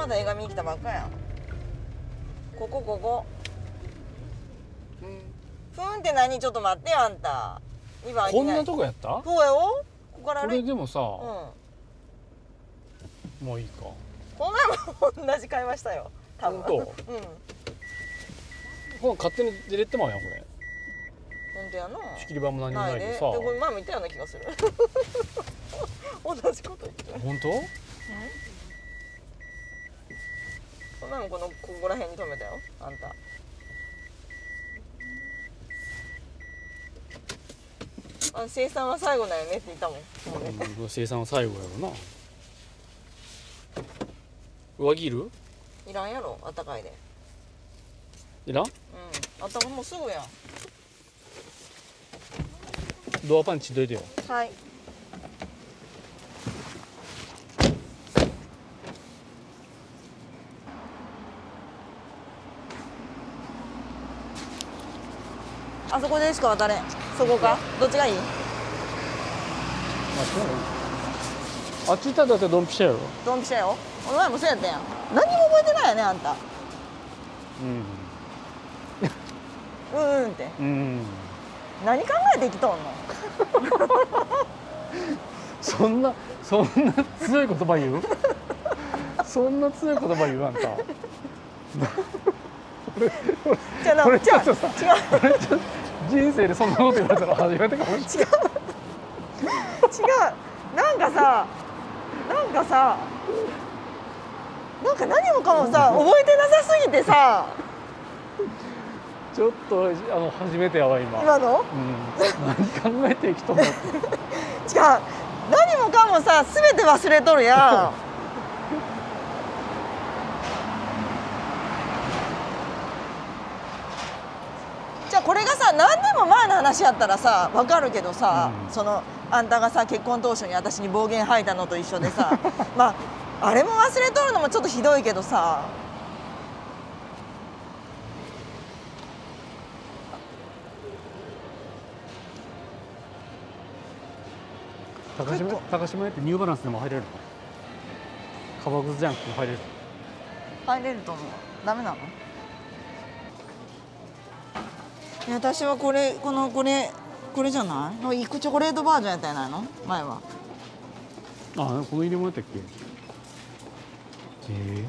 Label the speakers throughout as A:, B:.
A: ばっかやんここここふんって何ちょっと待ってよあんた2番
B: こんな
A: と
B: とこやった
A: そうやよここから
B: こ
A: 歩い
B: れ
A: て
B: でもさ、
A: うん
B: もういいか
A: この前も同じ会話したよ多分
B: ほん
A: うん
B: と
A: 本
B: この勝手に出れってまうやんこれ
A: 当やな
B: 仕切り板も何も
A: な
B: ない
A: いで
B: で
A: で
B: さ
A: これ前も言ったような気がする 同じこと言ってる
B: 本当
A: こんなのこのここら辺に止めたよあんたあ生産は最後だよねって言ったもんもうね
B: うん生産は最後やろな上着いる
A: いらんやろあったかいで
B: いらん
A: うんあったかもうすぐやん
B: ドアパンチどいてよ
A: はいあそこでしか渡れんそこかどっちがいい
B: あそうあっち行ったらだってドンピシャやろ
A: ドンピシャよお前もそうやったやん何も覚えてないよねあんた
B: うん
A: うんうんって
B: うん
A: 何考えて生きとんの
B: そんなそんな強い言葉言うそんな強い言葉言うあんた
A: じゃあな
B: これ
A: じゃあ
B: ちょっと
A: 違う
B: 俺ちょっと人生でそんなこと言われたら初めてかもしれない
A: 違うなんかさなんかさなんか何もかもさ覚えてなさすぎてさ
B: ちょっとあの初めてやわ今
A: 今の
B: うん、何考えて生きとんだって
A: 違う何もかもさ全て忘れとるやん じゃあこれがさ何年も前の話やったらさ分かるけどさ、
B: うん
A: そのあんたがさ結婚当初に私に暴言吐いたのと一緒で さまああれも忘れとるのもちょっとひどいけどさ
B: 高島屋高島屋ってニューバランスでも入れるの革靴じゃなくても入れる
A: 入れると思うダメなのいや私はこれこのこれこれじゃないの一個チョコレートバージョンやったんやないの前は
B: あこの入れ物やったっけえ
C: すい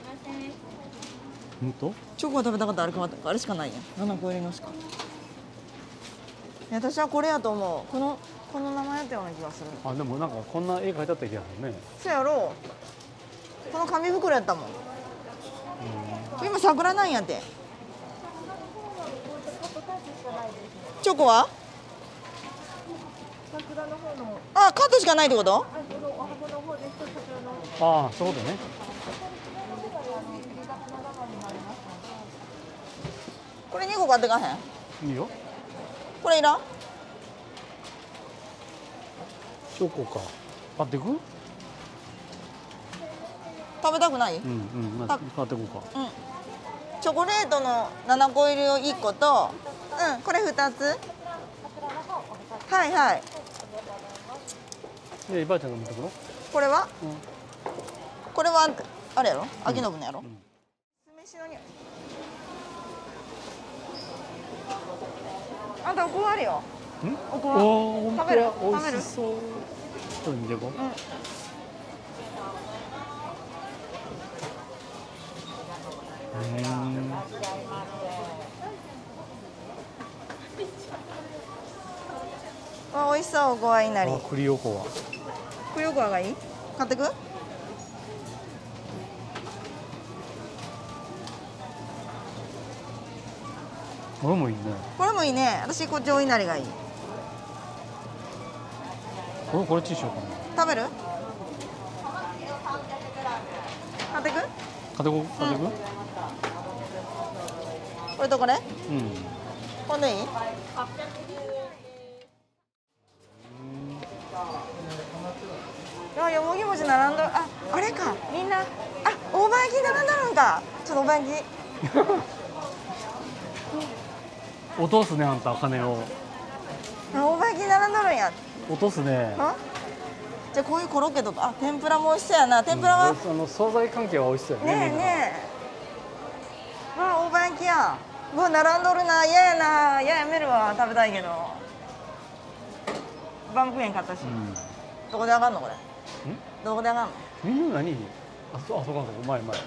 C: ません。
B: ー、ほんと
A: チョコが食べたかったらあれかあれしかないやん7個入りのしかいや私はこれやと思うこのこの名前やったような気がする
B: あでもなんかこんな絵描いてあった気がするね
A: そうやろうこの紙袋やったもん今桜なんやってチョコは
C: 桜の方の、
A: あカットしかないってこと
C: あ、このお箱の方ですと桜の。
B: ああそうだね
A: これ2個買ってかへん
B: いいよ
A: これいらん
B: チョコか買ってくうん
A: 食べたくない、
B: うん、ま
A: あ
B: あ、買ってこうか
A: チョコレートの7個入りを1個とうんこれ2つはいはい
B: でばあちゃんが持ってくろ
A: これは、
B: うん
A: これはあれやろ秋信のやろ、
B: ん
A: 酢飯の匂いあんたおこわあるよ
B: ん
A: おこわ
B: おおーほんとや
A: 食べる
B: 美
A: 食べる
B: 味しそうちょっと見てこううーん
A: わ美味しそうおこわいなり
B: あ栗おこわ
A: これおこわがいい買ってく
B: これもいいね
A: これもいいね私こっちおいなりがいい
B: これこれチーしようかな
A: 食べる買ってく
B: 買ってこ買ってく
A: これとこれ
B: うん、
A: これでいいあ、よもぎ餅並んどるあ、あれか、みんなあ、大判焼き並んどるんかちょっと大判焼き
B: 落とすねあんた金を
A: あ、大判焼き並んどるんやん
B: 落とすね
A: じゃあこういうコロッケとかあ天ぷらも美味しそうやな天ぷらは
B: あ
A: ね
B: の惣菜関係は美味しそうや
A: え
B: ねみんな
A: ねえわあ大判焼きやうわ並んどるな嫌やな嫌やめるわ食べたいけどバームクーヘン買ったし、どこであがんのこれどこであがんの
B: うん、みんな何あそうあそうかそうかうまいうまいう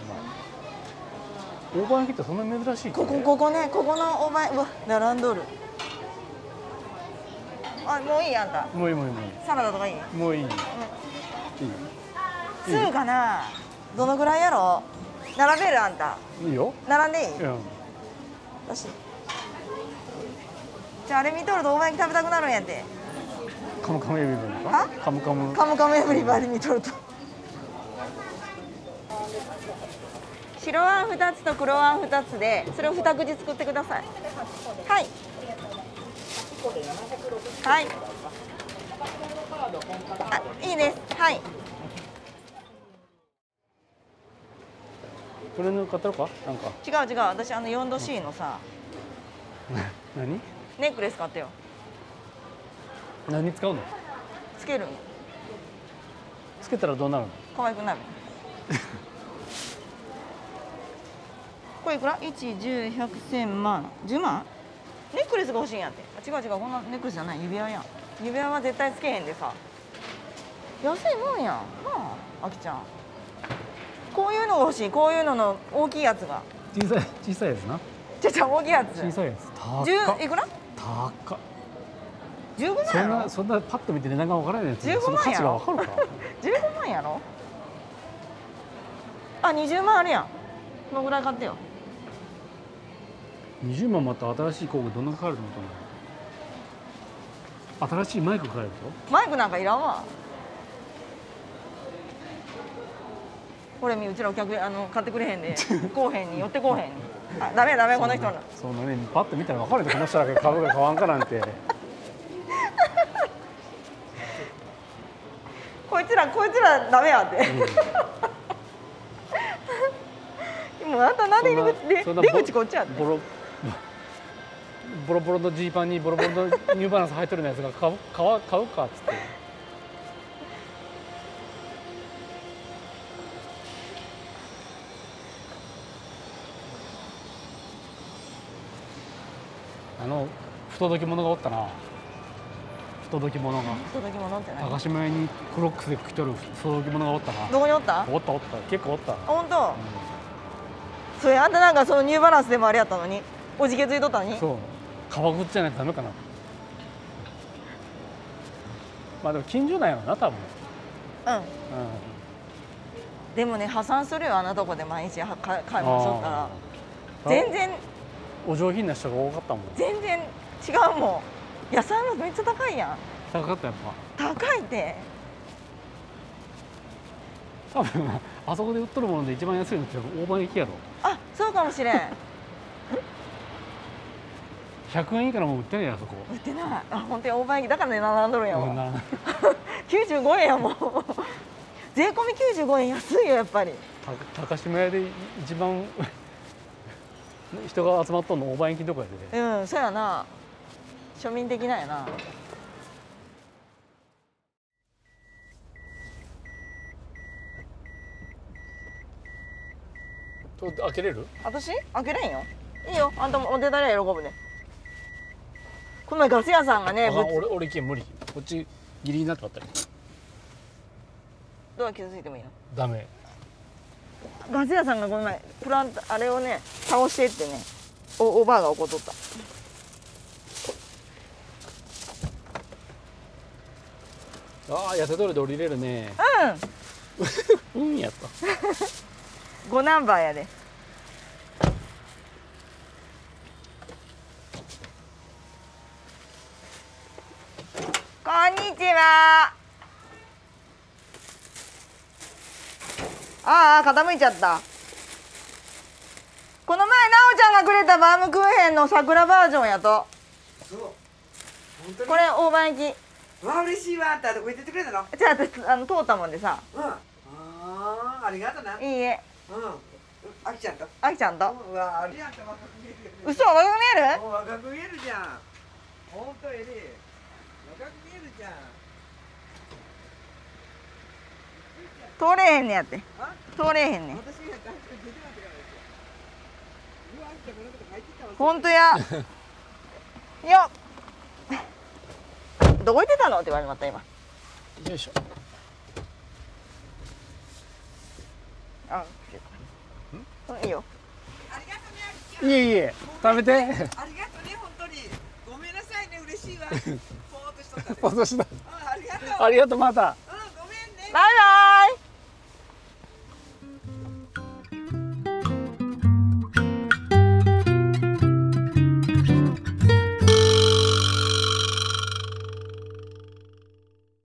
B: まい大判焼きってそんなに珍しいっけ
A: ここここねここの大判うわ並んどるあもういいあんた
B: もういいもういいもう
A: サラダとかいい
B: いいもういい、いい
A: すぐかなどのぐらいやろ並べるあんた
B: いいよ
A: 並んでいい
B: うん
A: 私じゃああれ見とると大判焼き食べたくなるんやって
B: カムカムエビブン
A: は
B: かカムカム
A: カムカムエブリバディ見とると白あん2つと黒あん2つでそれを2口作ってくださいはいはいあいいですはい
B: これの買ったろかなんか
A: 違う違う私あの 4°C のさ
B: 何
A: ネックレス買ってよ
B: 何に使うの
A: つけるんよ
B: つけたらどうなるの
A: 可愛 くなるこれいくら ?1101001001000万10万ネックレスが欲しいんやってあ違う違うこんなネックレスじゃない指輪やん指輪は絶対つけへんでさ安いもんやんなああきちゃんこういうのが欲しいこういうのの大きいやつが
B: 小さい小さいやつな
A: ちゃちゃ大きいやつ
B: 小さいやつ高っ
A: 10いくら
B: 高っ
A: 15万
B: そ
A: や
B: んな
A: ろ
B: そんなパッと見て値段が分からないやつ
A: 15
B: その価値が分かるか
A: 15万やろあ20万あるやんこのぐらい買ってよ
B: 20万また新しい工具どんなかかると思ったの新しいマイクかかるでし
A: マイクなんかいらんわこれみうちらお客あの買ってくれへ んでこうへんに寄ってこうへんにあダメダメ
B: ょ
A: この人の
B: そんなねパッと見たら分かるでこの人らが株が変わんかなんて
A: こいつらこいつらダメやって、 もうあんたなんで入り口
B: そん
A: で
B: な
A: 出口こっちやって
B: ボロボロボロのジーパンにボロボロのニューバランス履いてるやつが買う買わ買うかっつってあの不届き者がおったな不届き者が
A: 届き物ってない
B: 高島屋にクロックスで着とる不届き者がおったな
A: どこにおったあ
B: おったおった結構おった、
A: 本当
B: う
A: それあんたなんかそのニューバランスでもあれやったのにおじけついとったのに
B: ん、そう革靴じゃないとダメかなまあでも近所なんやろな多分、
A: うん
B: う
A: でもね破産するよあんなとこで毎日は買い買い
B: ん、
A: 物しとったら
B: あー
A: 全然
B: お上品な人が多かったもん
A: 全然違うもん野菜もめっちゃ高いやん
B: 高かったやっ
A: 高いって
B: ぱ多分あそこで売っとるもので一番安いのって大判焼きやろ
A: あそうかもしれん
B: 100円以下のもん売ってないやあそこ
A: 売ってないあ本当に大判焼きだからね並んどるんや
B: う
A: も
B: ん
A: ん
B: な
A: 95円やもん税込み95円安いよやっぱり
B: た高島屋で一番人が集まっとんの大判焼きのとこやで、
A: うんそうやな庶民的なんやな
B: と開けれる
A: 私開けれんよいいよあんたもお手だれ喜ぶねこの前ガス屋さんがね
B: あ
A: ぶつ
B: 俺俺け無理こっちギリギリになってばったり
A: ドア傷ついてもいいよ
B: ダメ
A: ガス屋さんがこの前プランターあれをね倒してってねおおばあが怒っとった
B: ああ痩せとるで降りれるね
A: うん
B: うんやった
A: 五ナンバーやで。こんにちは。ああ、傾いちゃった。この前、なおちゃんがくれたバームクーヘンの桜バージョンやと。
D: そう。本当に
A: これ、大判焼き。
D: わあ、嬉しいわって、あとこ言っててくれたの。
A: じゃあ、私、あの、通ったもんでさ。
D: うん。ああ、ありがとな。うん
A: い。いえ、
D: あきちゃんと。
A: あきちゃんと。
D: うわあ、ありがとう。若く見える。
A: 嘘、若く見える。
D: もう若く見えるじゃん。本当エリー。若く見えるじゃん。
A: 通れへんねやって
D: あ
A: 通れへんねん
D: 私が外国出てなくなるうわあきちゃんこのこと書いてたわ
A: ほんと やよっどこ行ってたのって言われました今
B: よいしょ
A: あうんいいよ
D: ありがとうねあきちゃん
B: いえいえ食べて
D: ありがとうね本当に ごめんなさいね嬉しいわぼーっとしとったで、うん、
B: 私だ
D: ありがとう
B: ありがとうまた
D: うん